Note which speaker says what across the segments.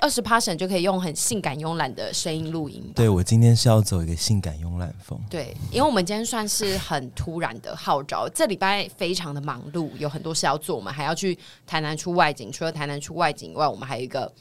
Speaker 1: 二十 passion 就可以用很性感慵懒的声音录音。
Speaker 2: 对我今天是要走一个性感慵懒风。
Speaker 1: 对，因为我们今天算是很突然的号召，这礼拜非常的忙碌，有很多事要做，我们还要去台南出外景。除了台南出外景以外，我们还有一个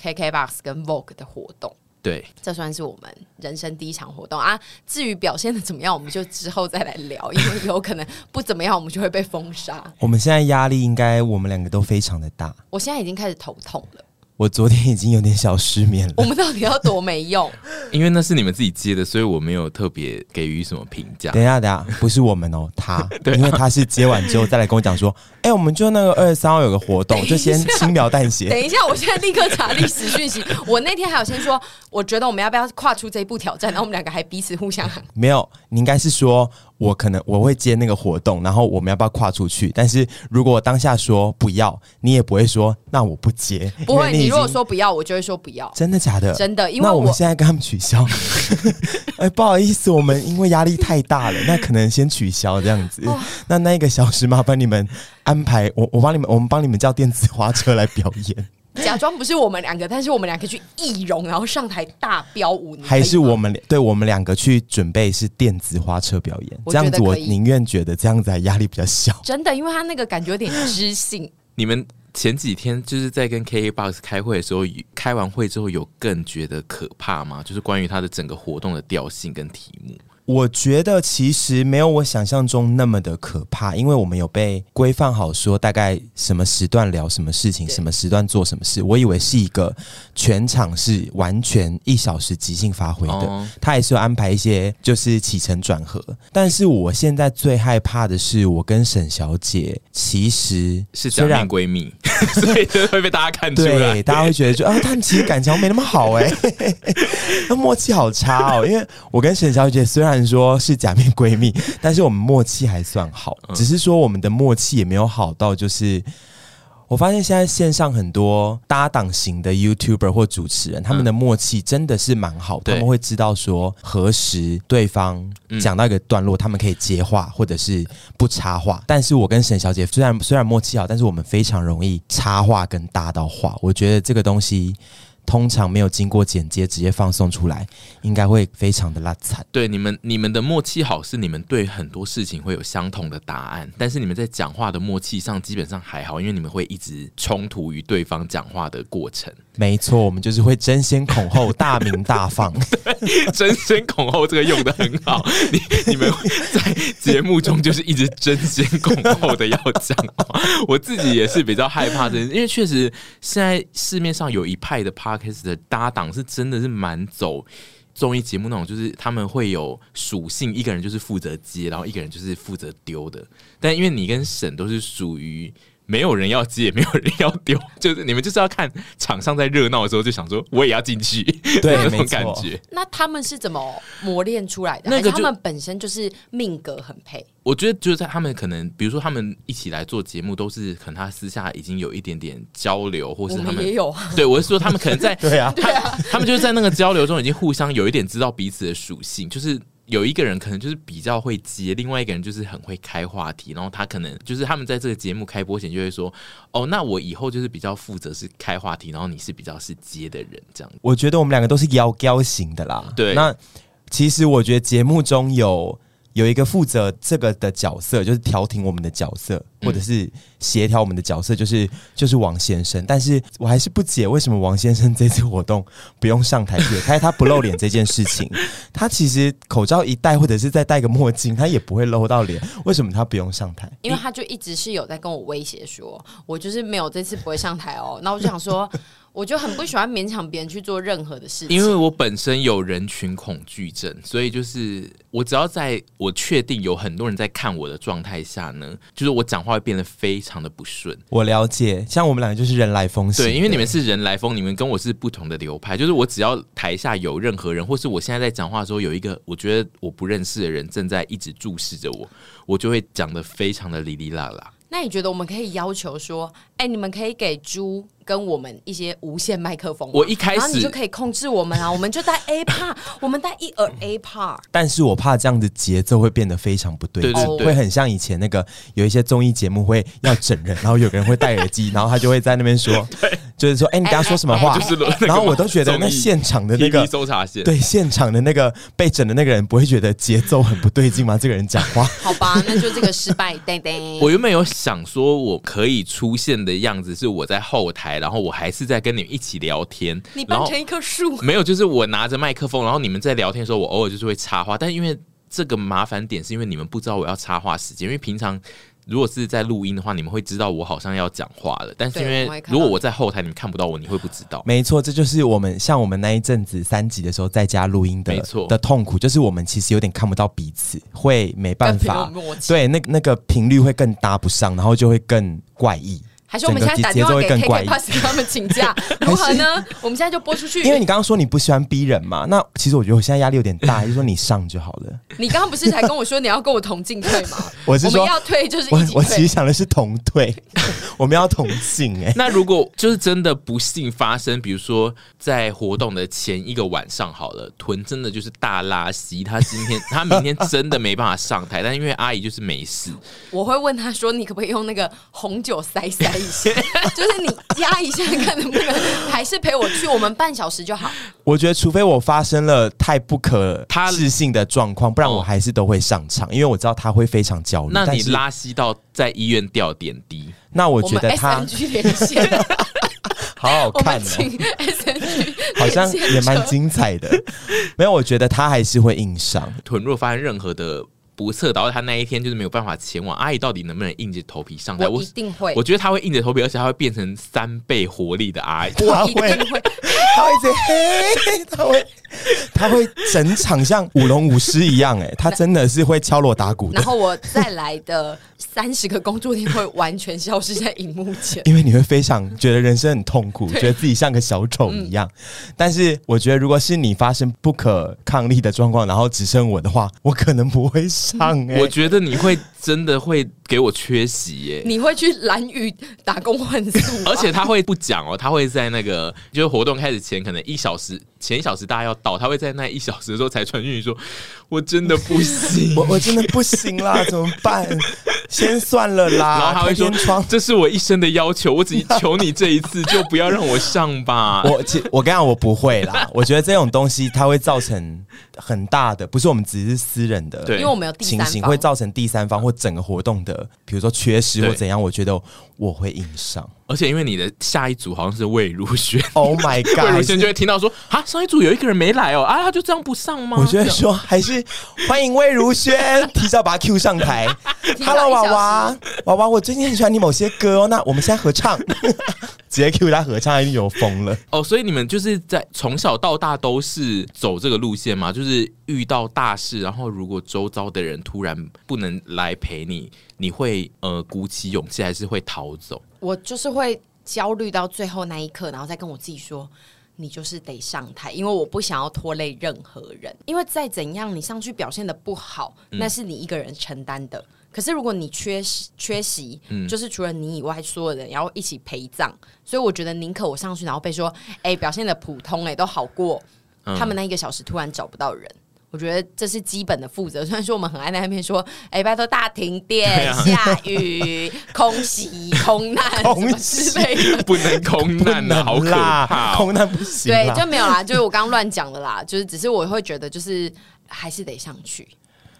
Speaker 1: KKBox 跟 Vogue 的活动，
Speaker 3: 对，
Speaker 1: 这算是我们人生第一场活动啊。至于表现的怎么样，我们就之后再来聊，因为有可能不怎么样，我们就会被封杀。
Speaker 2: 我们现在压力应该我们两个都非常的大，
Speaker 1: 我现在已经开始头痛了，
Speaker 2: 我昨天已经有点小失眠
Speaker 1: 我
Speaker 2: 了。
Speaker 1: 们到底要多没用？
Speaker 3: 因为那是你们自己接的，所以我没有特别给予什么评价。
Speaker 2: 等一下，等一下，不是我们哦， 他，
Speaker 1: 啊
Speaker 2: 因为他是接完之后再来跟我讲说，哎、我们就那个二十三号有个 活动，就先轻描淡写
Speaker 1: 等。一下，我现在立刻查历史讯息。我那天还有先说，我觉得我们要不要跨出这一步挑战？然后我们两个还彼此互相喊。
Speaker 2: 没有，你应该是说，我可能我会接那个活动，然后我们要不要跨出去？但是如果我当下说不要，你也不会说那我不接，
Speaker 1: 不会，
Speaker 2: 因为
Speaker 1: 你
Speaker 2: 已
Speaker 1: 如果
Speaker 2: 经
Speaker 1: 说不要，我就会说不要。
Speaker 2: 真的假的，
Speaker 1: 真的因为
Speaker 2: 那我们
Speaker 1: 我
Speaker 2: 现在跟他们取 消。哎，不好意思，我们因为压力太大了，那可能先取消这样
Speaker 1: 哦
Speaker 2: 子。那那一个小时麻烦你们安排，我我帮你们，我们帮你们叫电子花车来表演，
Speaker 1: 假装不是我们两个，但是我们两个去易容，然后上台大飙舞，嗯你可以
Speaker 2: 还是
Speaker 1: 吗
Speaker 2: 我？们对我们两个去准备是电子花车表演？
Speaker 1: 我
Speaker 2: 这样
Speaker 1: 觉得
Speaker 2: 子我
Speaker 1: 可以
Speaker 2: 宁愿觉得这样子还压力比较小。
Speaker 1: 真的，因为他那个感觉有点知性，
Speaker 3: 你们前几天就是在跟 KKBOX 开会的时候，开完会之后有更觉得可怕吗？就是关于它的整个活动的调性跟题目。
Speaker 2: 我觉得其实没有我想象中那么的可怕，因为我们有被规范好说大概什么时段聊什么事情，
Speaker 1: 对
Speaker 2: 什么时段做什么事。我以为是一个全场是完全一小时即兴发挥的，
Speaker 3: 哦
Speaker 2: 他也是有安排一些就是起承转合。但是我现在最害怕的是，我跟沈小姐其实虽
Speaker 3: 是假
Speaker 2: 然
Speaker 3: 面闺蜜，所以就会被大家看出来
Speaker 2: 对，。大家会觉得 就啊，他们其实感情好像没那么好哎、欸， 那默契好差哦。因为我跟沈小姐虽然说是假面闺蜜，但是我们默契还算好，
Speaker 3: 嗯
Speaker 2: 只是说我们的默契也没有好到就是。我发现现在线上很多搭档型的 YouTuber 或主持人，他们的默契真的是蛮好，
Speaker 3: 嗯对嗯
Speaker 2: 他们会知道说何时对方讲到一个段落，他们可以接话或者是不插话。但是我跟沈小姐虽然虽然默契好，但是我们非常容易插话跟搭到话。我觉得这个东西通常没有经过剪接直接放送出来，应该会非常的拉惨。
Speaker 3: 对你们，你们的默契好是你们对很多事情会有相同的答案，但是你们在讲话的默契上基本上还好，因为你们会一直冲突于对方讲话的过程，
Speaker 2: 没错，我们就是会争先恐后，大鸣大 放。
Speaker 3: 争先恐后这个用的很好，你你们会在节目中就是一直争先恐后的要讲话，我自己也是比较害怕这件事，因为确实现在市面上有一派的 podcast 的搭档是真的是蛮走。综艺节目那种，就是他们会有属性，一个人就是负责接，然后一个人就是负责丢的。但因为你跟沈都是属于没有人要接，也没有人要丢，就是你们就是要看场上在热闹的时候，就想说我也要进去，
Speaker 2: 对
Speaker 3: 那种
Speaker 2: 没错
Speaker 3: 感觉。
Speaker 1: 那他们是怎么磨练出来的？
Speaker 3: 那个
Speaker 1: 还是他
Speaker 3: 就
Speaker 1: 们本身就是命格很配，
Speaker 3: 我觉得就是在他们可能，比如说他们一起来做节目，都是可能他私下已经有一点点交流，或
Speaker 1: 我
Speaker 3: 是他
Speaker 1: 们
Speaker 3: 们
Speaker 1: 也有啊。
Speaker 3: 对我是说他们可能在
Speaker 2: 对啊，
Speaker 3: 他他们就是在那个交流中已经互相有一点知道彼此的属性，就是。有一个人可能就是比较会接，另外一个人就是很会开话题，然后他可能就是他们在这个节目开播前就会说，哦，那我以后就是比较负责是开话题，然后你是比较是接的人这样。
Speaker 2: 我觉得我们两个都是妖娇型的啦。
Speaker 3: 对
Speaker 2: 那其实我觉得节目中有有一个负责这个的角色，就是调停我们的角色，
Speaker 3: 嗯
Speaker 2: 或者是协调我们的角色，就是就是王先生。但是我还是不解为什么王先生这次活动不用上台，撇开他不露脸这件事 情，他其实口罩一戴或者是再戴个墨镜，他也不会露到脸，为什么他不用上台？
Speaker 1: 因为他就一直是有在跟我威胁说，我就是没有这次不会上台哦。那我就想说， 我就很不喜欢勉强别人去做任何的事情，
Speaker 3: 因为我本身有人群恐惧症，所以就是我只要在我确定有很多人在看我的状态下呢，就是我讲话会变得非常的不顺。
Speaker 2: 我了解，像我们两个就是人来疯型的，
Speaker 3: 对，因为你们是人来疯，你们跟我是不同的流派。就是我只要台下有任何人，或是我现在在讲话的时候有一个我觉得我不认识的人正在一直注视着我，我就会讲的非常的哩哩啦啦。
Speaker 1: 那你觉得我们可以要求说，哎、你们可以给猪跟我们一些无线麦克风吗，
Speaker 3: 我一开始
Speaker 1: 然后你就可以控制我们啊，我们 就带 A part，我们带一耳 A part，
Speaker 2: 但是我怕这样的节奏会变得非常不对
Speaker 3: 对
Speaker 2: 劲，
Speaker 1: 对对
Speaker 2: 会很像以 前那个有一些综艺节目会要整人，然后有个人会戴耳机，然后他就会在那边说：“就是说，哎、你刚刚说什么话？
Speaker 1: 哎哎
Speaker 3: 就是那个
Speaker 2: 然后我都觉得
Speaker 3: 综艺
Speaker 2: 那现场的那个
Speaker 3: TV 搜查线，
Speaker 2: 对现场的那个被整的那个人，不会觉得节奏很不对劲吗？这个人讲话
Speaker 1: 好 吧，那就这个失败，叮叮。
Speaker 3: 我原本有想说，我可以出现的样子是我在后台，然后我还是在跟你们一起聊天。
Speaker 1: 你扮
Speaker 3: 然后
Speaker 1: 成一棵树，
Speaker 3: 没有，就是我拿着麦克风，然后你们在聊天的时候，我偶尔就是会插话，但因为这个麻烦点是因为你们不知道我要插话时间，因为平常。如果是在录音的话，你们会知道我好像要讲话了。但是
Speaker 1: 对
Speaker 3: 因
Speaker 1: 我会
Speaker 3: 为
Speaker 1: 看到
Speaker 3: 如果我在后台，你们看不到我，你会不知道。
Speaker 2: 没错，这就是我们像我们那一阵子三级的时候在家录音的
Speaker 3: 没错
Speaker 2: 的痛苦，就是我们其实有点看不到彼此，会没办法
Speaker 1: 跟朋友默契
Speaker 2: 对那那个频率会更搭不上，然后就会更怪异。
Speaker 1: 还是我们现在打
Speaker 2: 整
Speaker 1: 电话
Speaker 2: 个
Speaker 1: 给
Speaker 2: 节奏会更怪
Speaker 1: KK
Speaker 2: 异
Speaker 1: Pass 给他们请 假，如何呢？我们现在就播出去。
Speaker 2: 因为你刚刚说你不喜欢逼人嘛，那其实我觉得我现在压力有点大，就说你上就好 了。
Speaker 1: 你刚刚不是才跟我说你要跟我同进退吗？
Speaker 2: 我是说
Speaker 1: 们要退就是
Speaker 2: 我
Speaker 1: 一起
Speaker 2: 我其实
Speaker 1: 退。
Speaker 2: 想的是同队， 我们要同性哎、
Speaker 3: 那如果就是真的不幸发生，比如说在活动的前一个晚上好了，屯真的就是大拉稀，他今天 他明天真的没办法上台，但因为阿姨就是没事，
Speaker 1: 我会问他说：“你可不可以用那个红酒塞塞一下？ 就是你压一下，看能不能还是陪我去，我们半小时就好。
Speaker 2: 我觉得除非我发生了太不可
Speaker 3: 他
Speaker 2: 置信的状况，不然
Speaker 3: 哦
Speaker 2: 我还是都会上场，因为 我知道他会非常焦虑。
Speaker 3: 那
Speaker 2: 但
Speaker 3: 你
Speaker 2: 是，
Speaker 3: 拉稀到在医院吊点滴，
Speaker 2: 那我
Speaker 1: 我
Speaker 2: 觉
Speaker 1: 们
Speaker 2: 得
Speaker 1: S
Speaker 2: 他
Speaker 1: N G 连 线，
Speaker 2: 好好
Speaker 1: 我
Speaker 2: 看
Speaker 1: 们
Speaker 2: 哦、
Speaker 1: 请 S N G
Speaker 2: 好像也蛮精彩的。没有，我觉得他还是会硬上。
Speaker 3: 屯若发生任何的不测，导致他那一天就是没有办法前往，阿姨到底能不能硬着头皮上台？
Speaker 1: 我
Speaker 3: 我
Speaker 1: 一定会，
Speaker 3: 我觉得他会硬着头皮，而且他会变成三倍活力的 阿姨。
Speaker 1: 我哦一定会。
Speaker 2: 他会一直嘿，他会他会整场像舞龙舞狮一样、哎，他真的是会敲锣打鼓
Speaker 1: 然
Speaker 2: 的。
Speaker 1: 后我再来的三十个工作天会完全消失在荧幕前。
Speaker 2: 因为你会非常觉得人生很痛苦，觉得自己像个小丑一样。
Speaker 1: 嗯
Speaker 2: 但是我觉得，如果是你发生不可抗力的状况，然后只剩我的话，我可能不会上、哎，
Speaker 3: 我觉得你会真的会给我缺席耶、
Speaker 1: 你会去蓝屿打工换宿吗，
Speaker 3: 而且他会不讲哦，他会在那个就是活动开始前，可能一小时前一小时大家要到，他会在那一小时的时候才传讯息说，我真的 不行。
Speaker 2: 我我真的不行啦，怎么办？先算了啦。
Speaker 3: 然后他会说
Speaker 2: 啊开天窗：“
Speaker 3: 这是我一生的要求，我只求你这一次，就不要让我上吧。
Speaker 2: 我其我跟你讲，我不会啦。我觉得这种东西它会造成很大的，不是我们只是私人的
Speaker 3: 对
Speaker 1: 因为我们有第
Speaker 2: 情
Speaker 1: 三
Speaker 2: 形，
Speaker 1: 方
Speaker 2: 会造成第三方或整个活动的，比如说缺失或
Speaker 3: 对
Speaker 2: 怎样。我觉得我会硬上。
Speaker 3: 而且因为你的下一组好像是魏如萱，
Speaker 2: Oh my
Speaker 3: 魏
Speaker 2: god！
Speaker 3: 如萱 就会听到说啊，上一组有一个人没来哦，啊，他就这样不上吗？
Speaker 2: 我觉
Speaker 3: 这
Speaker 2: 得
Speaker 3: 样
Speaker 2: 说还是欢迎魏如萱，提早把她 Q 上台。
Speaker 1: 提早
Speaker 2: Hello，
Speaker 1: 一小
Speaker 2: 娃
Speaker 1: 时
Speaker 2: 娃，娃娃，我最近很喜欢你某些歌哦。那我们现在合唱， 直接 Q 她合唱，一定有疯 了。
Speaker 3: 哦，所以你们就是在从小到大都是走这个路线嘛？就是遇到大事，然后如果周遭的人突然不能来陪你，你会呃鼓起勇气，还是会逃走？
Speaker 1: 我就是会焦虑到最后那一刻，然后再跟我自己说。你就是得上台，因为我不想要拖累任何人。因为再怎样，你上去表现的不好，
Speaker 3: 嗯
Speaker 1: 那是你一个人承担的。可是如果你缺席缺席，
Speaker 3: 嗯
Speaker 1: 就是除了你以外，所有人也要一起陪葬。所以我觉得宁可我上去，然后被说，哎、表现的普通、哎，都好过、
Speaker 3: 嗯
Speaker 1: 他们那一个小时突然找不到人。我觉得这是基本的负责。虽然说我们很爱在那边说，哎、拜托大停电、
Speaker 3: 对啊
Speaker 1: 下雨、空袭、空难、
Speaker 2: 空
Speaker 1: 什么之类的。
Speaker 3: 不能空
Speaker 2: 不
Speaker 3: 难啊，好
Speaker 2: 能
Speaker 3: 可
Speaker 2: 啦，
Speaker 3: 怕、哦！
Speaker 2: 空难不行
Speaker 1: 对
Speaker 2: 啦，。
Speaker 1: 就没有啦，就是我刚刚乱讲的啦， 就是只是我会觉得就是还是得上去，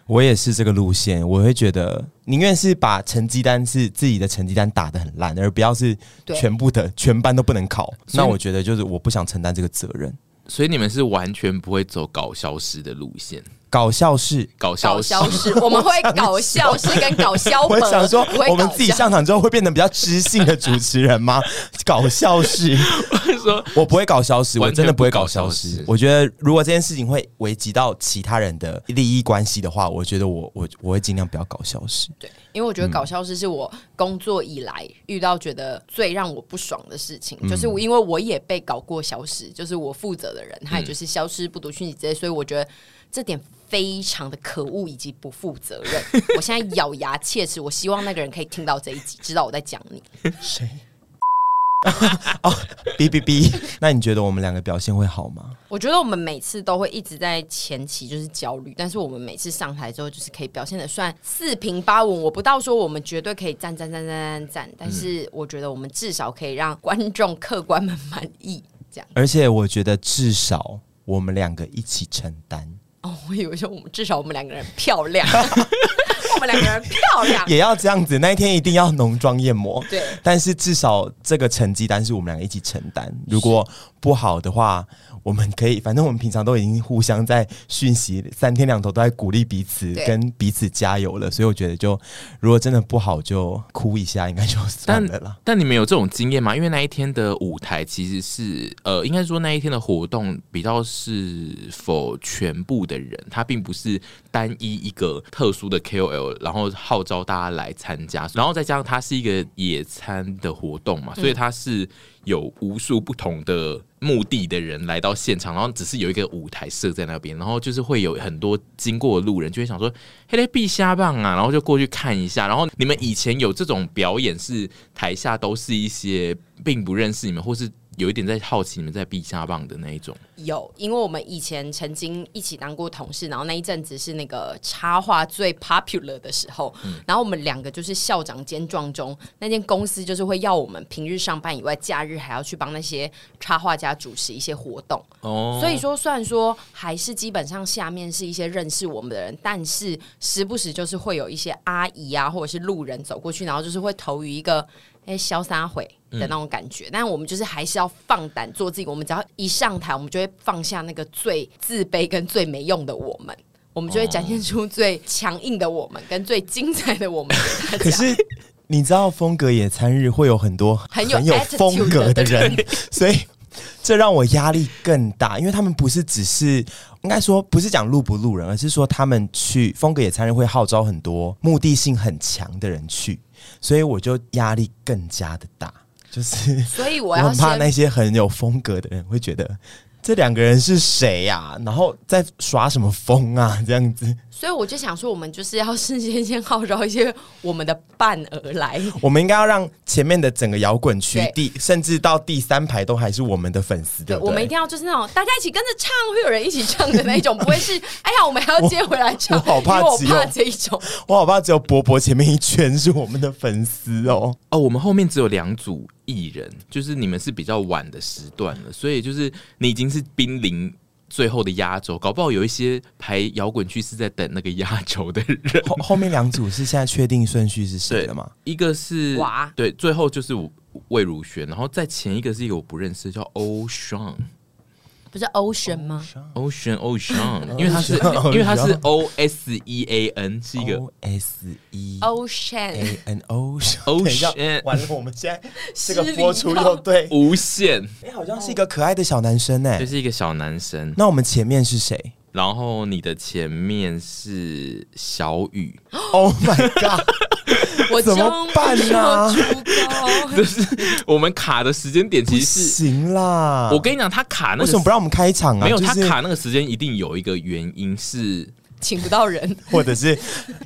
Speaker 2: 我也是这个路线，我会觉得宁愿是把成绩单是自己的成绩单打得很烂，而不要是
Speaker 1: 对
Speaker 2: 全部的全班都不能考。
Speaker 3: 所以
Speaker 2: 那我觉得就是我不想承担这个责任。
Speaker 3: 所以你们是完全不会走搞消失的路线，
Speaker 2: 搞笑是，
Speaker 3: 搞
Speaker 1: 搞
Speaker 3: 消失。
Speaker 1: 消失，我们会搞笑是跟搞 消本，
Speaker 2: 我想说
Speaker 1: 不会，
Speaker 2: 我们
Speaker 1: 搞
Speaker 2: 自己
Speaker 1: 笑
Speaker 2: 上场之后会变得比较知性的主持人吗？搞笑是，
Speaker 3: 说
Speaker 2: 我不会搞消失，我
Speaker 3: 完全
Speaker 2: 真的不会
Speaker 3: 不搞
Speaker 2: 搞消
Speaker 3: 消
Speaker 2: 失
Speaker 3: 失。
Speaker 2: 我觉得如果这件事情会危及到其他人的利益关系的话，我觉得我我我会尽量不要搞消失。
Speaker 1: 对，因为我觉得
Speaker 2: 嗯
Speaker 1: 搞笑事是我工作以来遇到觉得最让我不爽的事情，
Speaker 2: 嗯
Speaker 1: 就是我因为我也被搞过消失，就是我负责的人，他也就是消失不读讯息之类，所以我觉得这点非常的可恶以及不负责任。 我现 在咬牙切齿，我希望那个人可以听到这一集，知道我在讲你。
Speaker 2: 谁？哦哔哔哔。那你觉得我们两个表现会好吗？
Speaker 1: 我觉得我们每次都会一直在前期就是焦虑，但是我们每次上台之后，就是可以表现的算四平八稳。我不到说我们绝对可以赞赞赞赞赞赞，但是我觉得我们至少可以让观众客官们满意。这样
Speaker 2: 而且我觉得至少我们两个一起承担，
Speaker 1: 哦，我以为说我们至少我们两个人漂亮， 我们两个人漂 亮，
Speaker 2: 也要这样子。那一天一定要浓妆艳抹。
Speaker 1: 对
Speaker 2: 但是至少这个成绩单是我们两个一起承担。如果不好的话，我们可以，反正我们平常都已经互相在讯息，三天两头都在鼓励彼此，
Speaker 1: 对
Speaker 2: 跟彼此加油了。所以我觉得就，如果真的不好，就哭一下，应该就算了啦。
Speaker 3: 但你们有这种经验吗？因为那一天的舞台其实是呃，应该说那一天的活动比较是否全部的人，它并不是单一一个特殊的 KOL，然后号召大家来参加，然后再加上它是一个野餐的活动嘛，所以它是有无数不同的。目的的人来到现场，然后只是有一个舞台设在那边，然后就是会有很多经过的路人就会想说：“嘿嘞，必虾棒啊！”然后就过去看一下。然后你们以前有这种表演是台下都是一些并不认识你们，或是有一点在好奇你们在必虾棒的那一种。
Speaker 1: 有，因为我们以前曾经一起当过同事，然后那一阵子是那个插画最 popular 的时候，然后我们两个就是校长兼撞钟，那间公司就是会要我们平日上班以外，假日还要去帮那些插画家主持一些活动。
Speaker 3: 哦
Speaker 1: 所以说，虽然说还是基本上下面是一些认识我们的人，但是时不时就是会有一些阿姨啊，或者是路人走过去，然后就是会投于一个哎潇洒会的那种感觉。但我们就是还是要放胆做自己，我们只要一上台，我们就会放下那个最自卑跟最没用的我们。我们就会展现出
Speaker 2: 哦
Speaker 1: 最强硬的我们，跟最精彩的我们给大家。
Speaker 2: 可是你知道，风格野餐日会有很多
Speaker 1: 很有
Speaker 2: 风格的人， 所以这让我压力更大，因为他们不是只是应该说不是讲路不路人，而是说他们去风格野餐日会号召很多目的性很强的人去，所以我就压力更加的大，就是
Speaker 1: 所以
Speaker 2: 我
Speaker 1: 我要
Speaker 2: 很怕
Speaker 1: 先
Speaker 2: 那些很有风格的人会觉得。这两个人是谁呀、然后在耍什么风啊？这样子，
Speaker 1: 所以我就想说，我们就是要事先先号召一些我们的伴而来，
Speaker 2: 我们应该要让前面的整个摇滚区
Speaker 1: 对
Speaker 2: 第，甚至到第三排都还是我们的粉丝，
Speaker 1: 对，
Speaker 2: 不
Speaker 1: 我们一定要就是那种大家一起跟着唱，会有人一起唱的那一种，不会 是哎呀，我们还要接回来唱，
Speaker 2: 我我好怕
Speaker 1: 因
Speaker 2: 哦
Speaker 1: 为我
Speaker 2: 只有
Speaker 1: 怕这一种。
Speaker 2: 我好怕只有伯伯前面一圈是我们的粉丝哦。
Speaker 3: 哦，我们后面只有两组艺人，就是你们是比较晚的时段了，所以就是你已经是濒临最后的压轴，搞不好有一些排摇滚区是在等那个压轴的人。
Speaker 2: 后后面两组是现在确定顺序是谁了吗？
Speaker 3: 一个是
Speaker 1: 娃
Speaker 3: 对，最后就是我魏如萱，然后再前一个是一个我不认识，叫 Ocean。
Speaker 1: 不是 Ocean 吗？
Speaker 3: Ocean Ocean，因为它是
Speaker 2: Ocean，
Speaker 3: 因为它是 O S E A N，是一个
Speaker 2: O S E
Speaker 1: Ocean
Speaker 2: A N O
Speaker 3: Ocean
Speaker 2: 完了，我们现在
Speaker 1: 失
Speaker 2: 这个
Speaker 1: 礼
Speaker 2: 播出
Speaker 1: 貌
Speaker 2: 又 对，
Speaker 3: 无限，
Speaker 2: 哎，好像是一个可爱的小男生哎
Speaker 3: 就。是一个小男生。
Speaker 2: 那我们前面是 谁
Speaker 3: 然后你的前面是小雨，
Speaker 2: ？Oh my god！
Speaker 1: 我
Speaker 2: 哎怎么
Speaker 1: 终
Speaker 2: 办啊
Speaker 1: 究出宫
Speaker 3: 就是我们卡的时间点
Speaker 2: 不
Speaker 3: 其实是，
Speaker 2: 行啦！
Speaker 3: 我跟你讲，他卡那
Speaker 2: 为
Speaker 3: 个
Speaker 2: 什么不让我们开场啊？
Speaker 3: 没有
Speaker 2: 就
Speaker 3: 他
Speaker 2: 是
Speaker 3: 卡那个时间一定有一个原因是
Speaker 1: 请不到人，
Speaker 2: 或者是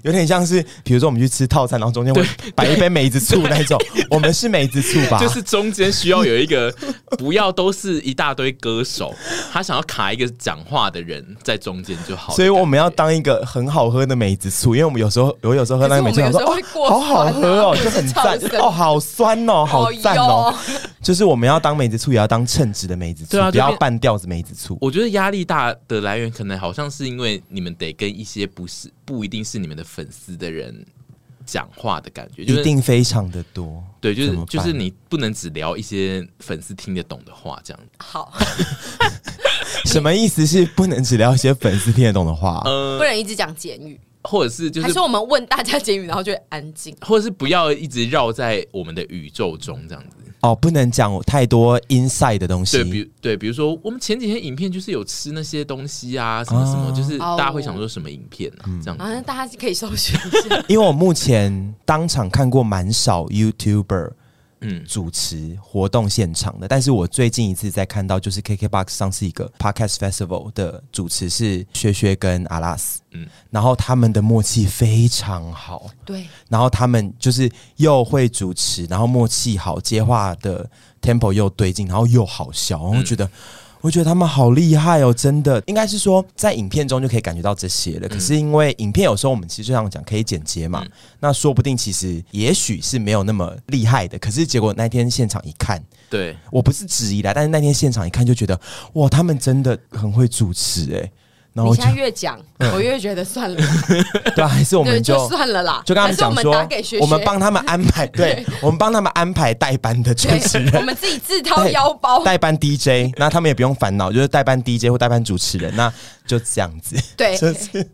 Speaker 2: 有点像是，比如说我们去吃套餐，然后中间会摆一杯梅子醋那种。我们是梅子醋吧？
Speaker 3: 就是中间需要有一个 不要都是一大堆歌手，他想要卡一个讲话的人在中间就好了。
Speaker 2: 所以我们要当一个很好喝的梅子醋，因为我们有时候我有时候喝那个梅子醋，
Speaker 1: 可是
Speaker 2: 想
Speaker 1: 我
Speaker 2: 说
Speaker 1: 们有时候
Speaker 2: 哦，好
Speaker 1: 会过酸啊
Speaker 2: 好喝哦，
Speaker 1: 或者
Speaker 2: 就是很
Speaker 1: 超
Speaker 2: 赞
Speaker 1: 生
Speaker 2: 哦，好酸哦，好赞哦
Speaker 1: 哦。
Speaker 2: 就是我们要当梅子醋，也要当称职的梅子醋
Speaker 3: 对啊，
Speaker 2: 不
Speaker 3: 就变
Speaker 2: 要半吊子梅子醋。
Speaker 3: 我觉得压力大的来源，可能好像是因为你们得跟一些不是不一定是你们的粉丝的人讲话的感觉，就
Speaker 2: 一
Speaker 3: 是
Speaker 2: 定非常的多，
Speaker 3: 对，就
Speaker 2: 怎
Speaker 3: 是
Speaker 2: 么办
Speaker 3: 就是你不能只聊一些粉丝听得懂的话，这样。
Speaker 1: 好，
Speaker 2: 什么意思？是不能只聊一些粉丝听得懂的话，
Speaker 1: 不
Speaker 3: 呃，
Speaker 1: 能一直讲简语，
Speaker 3: 或者是就
Speaker 1: 还
Speaker 3: 是
Speaker 1: 是，我们问大家简语，然后就会安静。
Speaker 3: 或者是不要一直绕在我们的宇宙中这样子。
Speaker 2: 哦，不能讲太多 inside 的东
Speaker 3: 对，比
Speaker 2: 西。
Speaker 3: 如对，比如说我们前几天影片就是有吃那些东西啊，什么什么，
Speaker 2: 哦
Speaker 3: 就是
Speaker 1: 哦
Speaker 3: 大家会想说什么影片啊，这样
Speaker 1: 然
Speaker 3: 子。
Speaker 1: 后大家可以搜寻一下，
Speaker 2: 因为我目前当场看过蛮少 YouTuber
Speaker 3: 嗯，
Speaker 2: 主持活动现场的，但是我最近一次在看到就是 KKBOX 上次一个 Podcast Festival 的主持是薛薛跟阿拉斯，
Speaker 3: 嗯
Speaker 2: 嗯，然后他们的默契非常好，
Speaker 1: 对，
Speaker 2: 然后他们就是又会主持，然后默契好，接话的 tempo 又对劲，然后又好笑，然后觉得。我觉得他们好厉害哦，真的，应该是说在影片中就可以感觉到这些了。可是因为影片有时候我们其实就像讲可以剪接嘛，那说不定其实也许是没有那么厉害的，可是结果那天现场一看，
Speaker 3: 对，
Speaker 2: 我不是质疑啦，但是那天现场一看就觉得，哇，他们真的很会主持哎、然
Speaker 1: 你
Speaker 2: 后我就
Speaker 1: 现在越讲，我越觉得算了，
Speaker 2: 对啊，还是我
Speaker 1: 对，
Speaker 2: 们就
Speaker 1: 就算了啦。
Speaker 2: 就跟他们讲
Speaker 1: 还是
Speaker 2: 说
Speaker 1: 我们打给学，学，
Speaker 2: 我们帮他们安 排，对我们帮他们安排代班的主持
Speaker 1: 对，我
Speaker 2: 人。
Speaker 1: 们自己自掏腰包。
Speaker 2: 代班 DJ，那他们也不用烦恼，就是代班 DJ 或代班主持人，那就这样 子。
Speaker 1: 对，
Speaker 2: 就是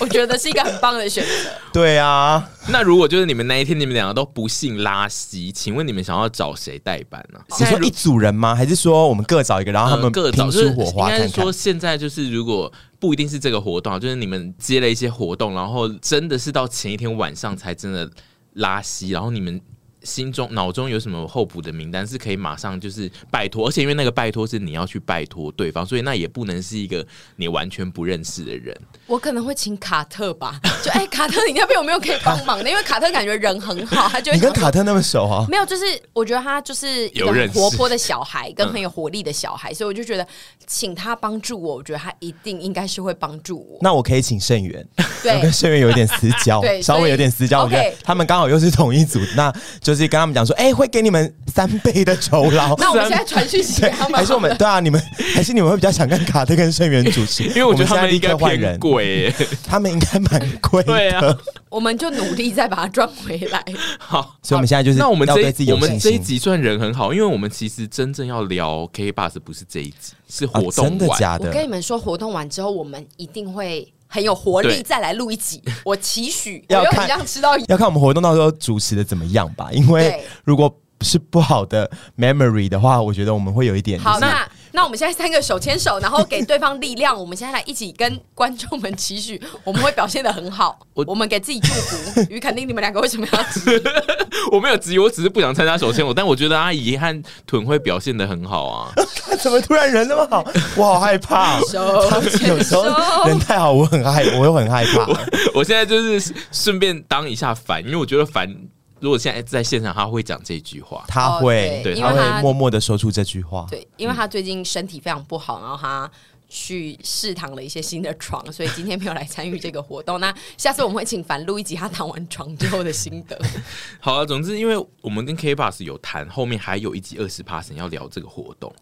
Speaker 1: 我觉得是一个很棒的选择。
Speaker 2: 对啊，
Speaker 3: 那如果就是你们那一天你们两个都不幸拉稀，请问你们想要找谁代班啊呢、
Speaker 2: 你
Speaker 3: 现在
Speaker 2: 说
Speaker 3: 如
Speaker 2: 一组人吗？还是说我们各找一个，然啊后他
Speaker 3: 呃
Speaker 2: 们
Speaker 3: 各
Speaker 2: 拼
Speaker 3: 找，就
Speaker 2: 出
Speaker 3: 是
Speaker 2: 火
Speaker 3: 应
Speaker 2: 花
Speaker 3: 该是
Speaker 2: 看看
Speaker 3: 说？现在就是如果不一定是这个活动啊，就是你们接了一些活动，然后真的是到前一天晚上才真的拉稀，然后你们。心中脑中有什么候补的名单是可以马上就是拜托，而且因为那个拜托是你要去拜托对方，所以那也不能是一个你完全不认识的人。
Speaker 1: 我可能会请卡特吧， 就哎、卡特，你那边有没有可以帮忙的？ 因为卡特感觉人很好，他就会
Speaker 2: 你跟
Speaker 1: 想说
Speaker 2: 卡特那么熟啊？
Speaker 1: 没有，就是我觉得他就是一个
Speaker 3: 有
Speaker 1: 很
Speaker 3: 认识
Speaker 1: 活泼的小孩，跟很有活力的小孩，所以我就觉得请他帮助我，我觉得他一定应该是会帮助 我。
Speaker 2: 那我可以请盛元，
Speaker 1: 对
Speaker 2: 我跟盛元有一点私交
Speaker 1: 对，
Speaker 2: 稍
Speaker 1: 所以
Speaker 2: 微有点私交。我觉得
Speaker 1: OK
Speaker 2: 他们刚好又是同一组，那就是跟他们讲说，哎、会给你们三倍的酬劳。
Speaker 1: 那我们现 在传讯息给他们好了，
Speaker 2: 还是 我们对啊，你们还是你们会比较想看卡特跟盛元主持，
Speaker 3: 因为我觉得他
Speaker 2: 们现在
Speaker 3: 们
Speaker 2: 立
Speaker 3: 应该
Speaker 2: 刻换
Speaker 3: 偏
Speaker 2: 人，
Speaker 3: 贵、 欸，
Speaker 2: 他们应该蛮贵的。
Speaker 3: 对啊，
Speaker 1: 我们就努力再把它赚回 来。
Speaker 3: 好，
Speaker 2: 所以我们现在就是
Speaker 3: 那我们
Speaker 2: 要
Speaker 3: 这
Speaker 2: 对自己
Speaker 3: 一我
Speaker 2: 有
Speaker 3: 们
Speaker 2: 信
Speaker 3: 这一
Speaker 2: 心。
Speaker 3: 集算人很好，因为我们其实真正要聊 K Bus 不是这一集，是
Speaker 2: 啊
Speaker 3: 活动、
Speaker 2: 真的假
Speaker 1: 我跟
Speaker 2: 的？
Speaker 1: 你们说，活动完之后，我们一定会很有活力，
Speaker 3: 对
Speaker 1: 再来录一集。我期许，我
Speaker 2: 要
Speaker 1: 又
Speaker 2: 看
Speaker 1: 很想吃到
Speaker 2: 要看我们活动到时候主持的怎么样吧，因为
Speaker 1: 对
Speaker 2: 如果是不好的 memory 的话，我觉得我们会有一点
Speaker 1: 好，
Speaker 2: 就是
Speaker 1: 那那我们现在三个手牵手，然后给对方力量。我们现在来一起跟观众们期 许，我们会表现的很好。
Speaker 3: 我
Speaker 1: 我们给自己祝 福。于肯定你们两个为什么要吃？
Speaker 3: 我没有质疑，我只是不想参加手牵手，但我觉得阿姨和屯会表现的很好啊。
Speaker 2: 他怎么突然人那么好？我好害怕哦、
Speaker 1: 手
Speaker 2: 他们有
Speaker 1: 牵
Speaker 2: 时
Speaker 1: 手
Speaker 2: 候，人太好，我很害，我又很害怕。
Speaker 3: 我现在就是顺便当一下凡，因为我觉得凡如果现在在现场，他会讲这句话。
Speaker 2: 他会
Speaker 1: 哦，
Speaker 3: 对对
Speaker 1: 因
Speaker 2: 他
Speaker 1: 为
Speaker 2: 会
Speaker 1: 他
Speaker 2: 默默的说出这句话。
Speaker 1: 对，因为他最近身体非常不好，然后他。去试躺了一些新的床，所以今天没有来参与这个活动。那下次我们会请樊录一集他躺完床之后的心得。
Speaker 3: 好了、总之因为我们跟 K Bus 有谈，后面还有一集二十 p a s 要聊这个活动，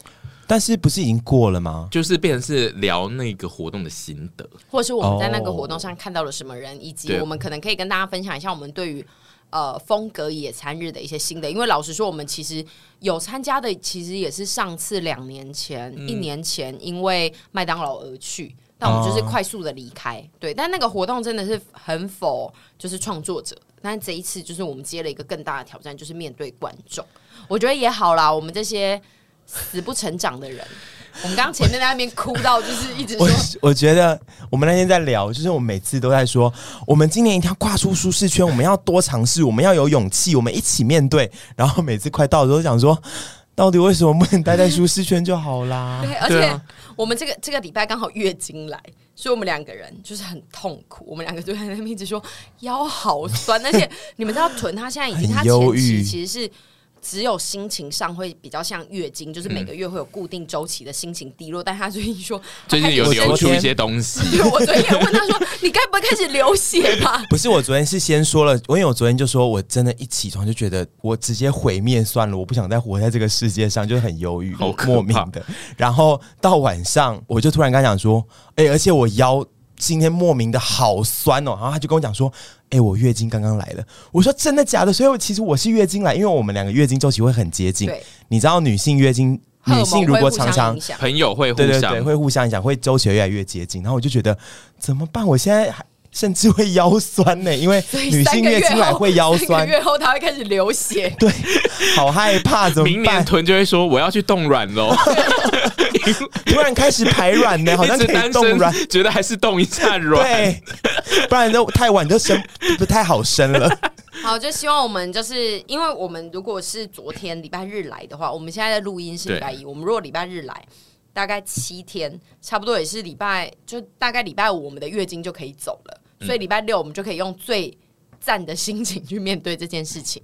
Speaker 2: 但是不是已经过了吗？
Speaker 3: 就是变成是聊那个活动的心得。
Speaker 1: 或是我们在那个活动上看到了什么人，以及
Speaker 3: 对
Speaker 1: 我们可能可以跟大家分享一下我们对于呃风格野餐日的一些心得。因为老实说，我们其实有参加的，其实也是上次两年前、一年前，因为麦当劳而去。但我们就是
Speaker 2: 哦
Speaker 1: 快速的离开，对。但那个活动真的是很否就是创作者，但这一次就是我们接了一个更大的挑战，就是面对观众。我觉得也好啦，我们这些死不成长的人，我们刚刚前面在那边哭到就是一直说
Speaker 2: 我 我觉得我们那天在聊，就是我们每次都在说，我们今年一定要跨出舒适圈，我们要多尝试，我们要有勇气，我们一起面对。然后每次快到的时候，想说，到底为什么不能待在舒适圈就好啦？
Speaker 1: 对，而
Speaker 3: 对
Speaker 1: 且
Speaker 3: 啊
Speaker 1: 我们这个这个礼拜刚好月经来，所以我们两个人就是很痛苦。我们两个就在那边一直说腰好酸，而且你们知道屯他现在已经
Speaker 2: 很
Speaker 1: 他
Speaker 2: 忧
Speaker 1: 前
Speaker 2: 郁
Speaker 1: 期其实是。只有心情上会比较像月经，就是每个月会有固定周期的心情低落，但他最近说，
Speaker 3: 最近有
Speaker 1: 他开始生
Speaker 3: 流出一些东西，
Speaker 1: 气我昨天也问他说：“你该不会开始流血吧
Speaker 2: 不是我昨天是先说了，因为我昨天就说我真的，一起床就觉得我直接毁灭算了，我不想再活在这个世界上，就很忧郁
Speaker 3: 好，可怕
Speaker 2: 莫名的。然后到晚上，我就突然跟他讲说，哎、而且我腰今天莫名的好酸哦，然后他就跟我讲说。哎、我月经刚刚来了。我说真的假的？所以我其实我是月经来，因为我们两个月经周期会很接近
Speaker 1: 对。
Speaker 2: 你知道，女性月经，？” 女性如果常
Speaker 1: 荷尔蒙会互相
Speaker 2: 常
Speaker 1: 影响，
Speaker 3: 朋友会互
Speaker 2: 对对
Speaker 3: 相
Speaker 2: 对，会互相影响，会周期越来越接近。然后我就觉得怎么办？我现在还甚至会腰酸呢、因为
Speaker 1: 所以
Speaker 2: 女
Speaker 1: 三
Speaker 2: 性
Speaker 1: 个
Speaker 2: 月
Speaker 1: 月
Speaker 2: 经来
Speaker 1: 后
Speaker 2: 会腰
Speaker 1: 三
Speaker 2: 酸
Speaker 1: 个，月后他会开始流血，
Speaker 2: 对，好害怕，怎
Speaker 3: 明
Speaker 2: 么
Speaker 3: 年
Speaker 2: 办？
Speaker 3: 屯就会说我要去冻卵喽，
Speaker 2: 突然开始排卵 呢、好像
Speaker 3: 一直
Speaker 2: 可以
Speaker 3: 单
Speaker 2: 冻卵，
Speaker 3: 身，觉得还是冻一下卵。
Speaker 2: 对，不然就太晚就生不太好生了。
Speaker 1: 好，就希望我们就是，因为我们如果是昨天礼拜日来的话，我们现在的录音是礼拜一，我们如果礼拜日来，大概七天，差不多也是礼拜，就大概礼拜五我们的月经就可以走了，
Speaker 2: 嗯
Speaker 1: 所以礼拜六我们就可以用最赞的心情去面对这件事情，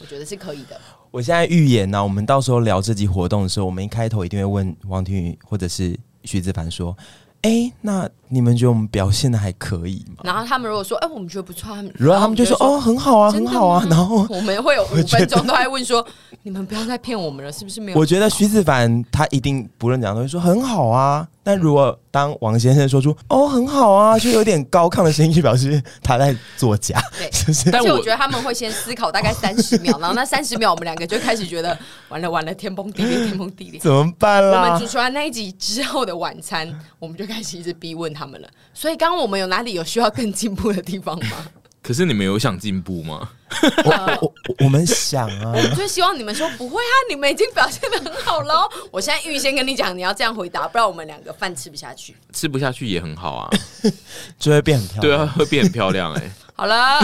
Speaker 1: 我觉得是可以的。
Speaker 2: 我现在预言呢、我们到时候聊这集活动的时候，我们一开头一定会问王庭宇或者是徐子凡说：“哎、那你们觉得我们表现的还可以吗
Speaker 1: 然后他们如果说，哎、我们觉得不错，他们？”
Speaker 2: 然后他们就说：“哦，，很好啊，
Speaker 1: 真
Speaker 2: 很
Speaker 1: 的
Speaker 2: 好啊。”
Speaker 1: 吗
Speaker 2: 然后
Speaker 1: 我们会有五
Speaker 2: 觉得
Speaker 1: 分钟都在问说，你们不要再骗我们了，是不是没有？
Speaker 2: 我觉得徐子凡他一定不论怎样都会说很好啊。但如果当王先生说出“哦，很好啊”，就有点高亢的声音，就表示他在作假，
Speaker 1: 对
Speaker 2: 是不是？
Speaker 1: 而
Speaker 3: 但
Speaker 1: 且我
Speaker 3: 我
Speaker 1: 觉得他们会先思考大概三十秒，然后那三十秒我们两个就开始觉得完了完了，天崩地裂，天崩地裂。
Speaker 2: 怎么办
Speaker 1: 我
Speaker 2: 啦
Speaker 1: 们主？持完那一集之后的晚餐，我们就开始一直逼问他们了。所以刚刚我们有哪里有需要更进步的地方吗？
Speaker 3: 可是你们有想进步吗？
Speaker 2: 我我我我们想啊，
Speaker 1: 我就希望你们说不会啊，你们已经表现的很好了哦。我现在预先跟你讲，你要这样回答，不然我们两个饭吃不下去。
Speaker 3: 吃不下去也很好啊，
Speaker 2: 就会变很漂
Speaker 3: 对
Speaker 2: 亮。
Speaker 3: 啊，会变很漂亮哎、
Speaker 1: 好了，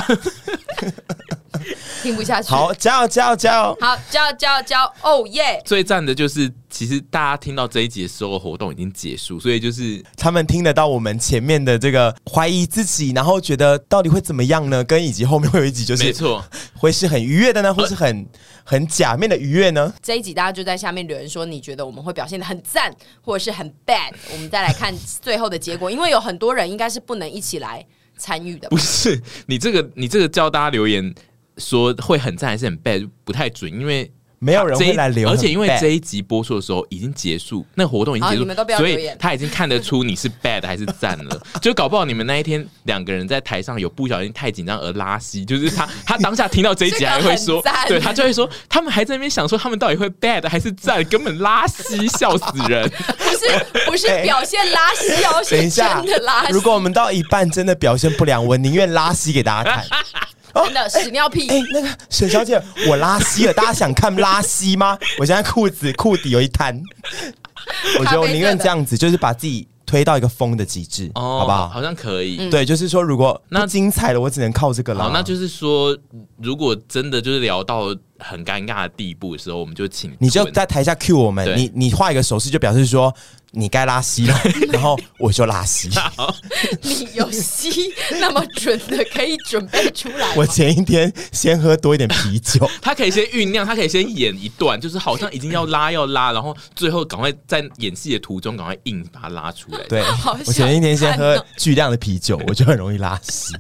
Speaker 1: 听不下去。
Speaker 2: 好，加油，加油，加油！
Speaker 1: 好，叫叫叫，哦耶！
Speaker 3: 最赞的就是，其实大家听到这一集的时候，活动已经结束，所以就是
Speaker 2: 他们听得到我们前面的这个怀疑自己，然后觉得到底会怎么样呢？跟以及后面会有一集就
Speaker 3: 没
Speaker 2: 是
Speaker 3: 错，
Speaker 2: 会是很愉悦的呢，或是很很假面的愉悦呢？
Speaker 1: 这一集大家就在下面留言说，你觉得我们会表现的很赞，或者是很 bad？我们再来看最后的结果，因为有很多人应该是不能一起来参与的吧
Speaker 3: 不。是你这个你这个叫大家留言说会很赞还是很 bad 不太准，因为
Speaker 2: 没有人
Speaker 3: 这一
Speaker 2: 会来留
Speaker 3: 而
Speaker 2: 很 bad，
Speaker 3: 且因为这一集播出的时候已经结束，那活动已经
Speaker 1: 好
Speaker 3: 结束，
Speaker 1: 哦你们都不要
Speaker 3: 所
Speaker 1: 留
Speaker 3: 以
Speaker 1: 言
Speaker 3: 他已经看得出你是 bad 还是赞了。就搞不好你们那一天两个人在台上有不小心太紧张而拉稀，就是他他当下听到这一
Speaker 1: 这
Speaker 3: 集
Speaker 1: 个
Speaker 3: 还会
Speaker 1: 很
Speaker 3: 说
Speaker 1: 赞，
Speaker 3: 对他就会说他们还在那边想说他们到底会 bad 还是赞，根本拉稀，笑死人。
Speaker 1: 不是不是表现拉稀 哦，
Speaker 2: 哎等一
Speaker 1: 是
Speaker 2: 下
Speaker 1: 真的拉，稀
Speaker 2: 如，果我们到一半真的表现不良，我宁愿拉稀给大家 看。
Speaker 1: 真的屎尿屁
Speaker 2: 哎、。那个沈小姐，我拉稀了，大家想看拉稀吗？我现在裤子裤底有一 滩，我觉得我宁愿这样子，就是把自己推到一个疯的极致， 好不嗯好？
Speaker 3: 哦好像可以。
Speaker 2: 对，就是说，如果
Speaker 3: 那
Speaker 2: 那精彩了，我只能靠这个了。
Speaker 3: 好，那就是说，如果真的就是聊到很尴尬的地步的时候，我们就请
Speaker 2: 你就
Speaker 3: 存
Speaker 2: 在台下 cue 我们，
Speaker 3: 对
Speaker 2: 你你画一个手势，就表示说你该拉稀 了，然后我就拉稀。
Speaker 1: 你有吸那么准的，可以准备出来
Speaker 2: 我
Speaker 1: 吗？
Speaker 2: 前一天先喝多一点啤酒，
Speaker 3: 他可以先酝酿，他可以先演一段，就是好像已经要拉要拉，然后最后赶快在演戏的途中赶快硬把它拉出来。
Speaker 2: 对
Speaker 1: 好想
Speaker 2: 我前一天先
Speaker 1: 看
Speaker 2: 喝
Speaker 1: 哦
Speaker 2: 巨量的啤酒，我就很容易拉稀。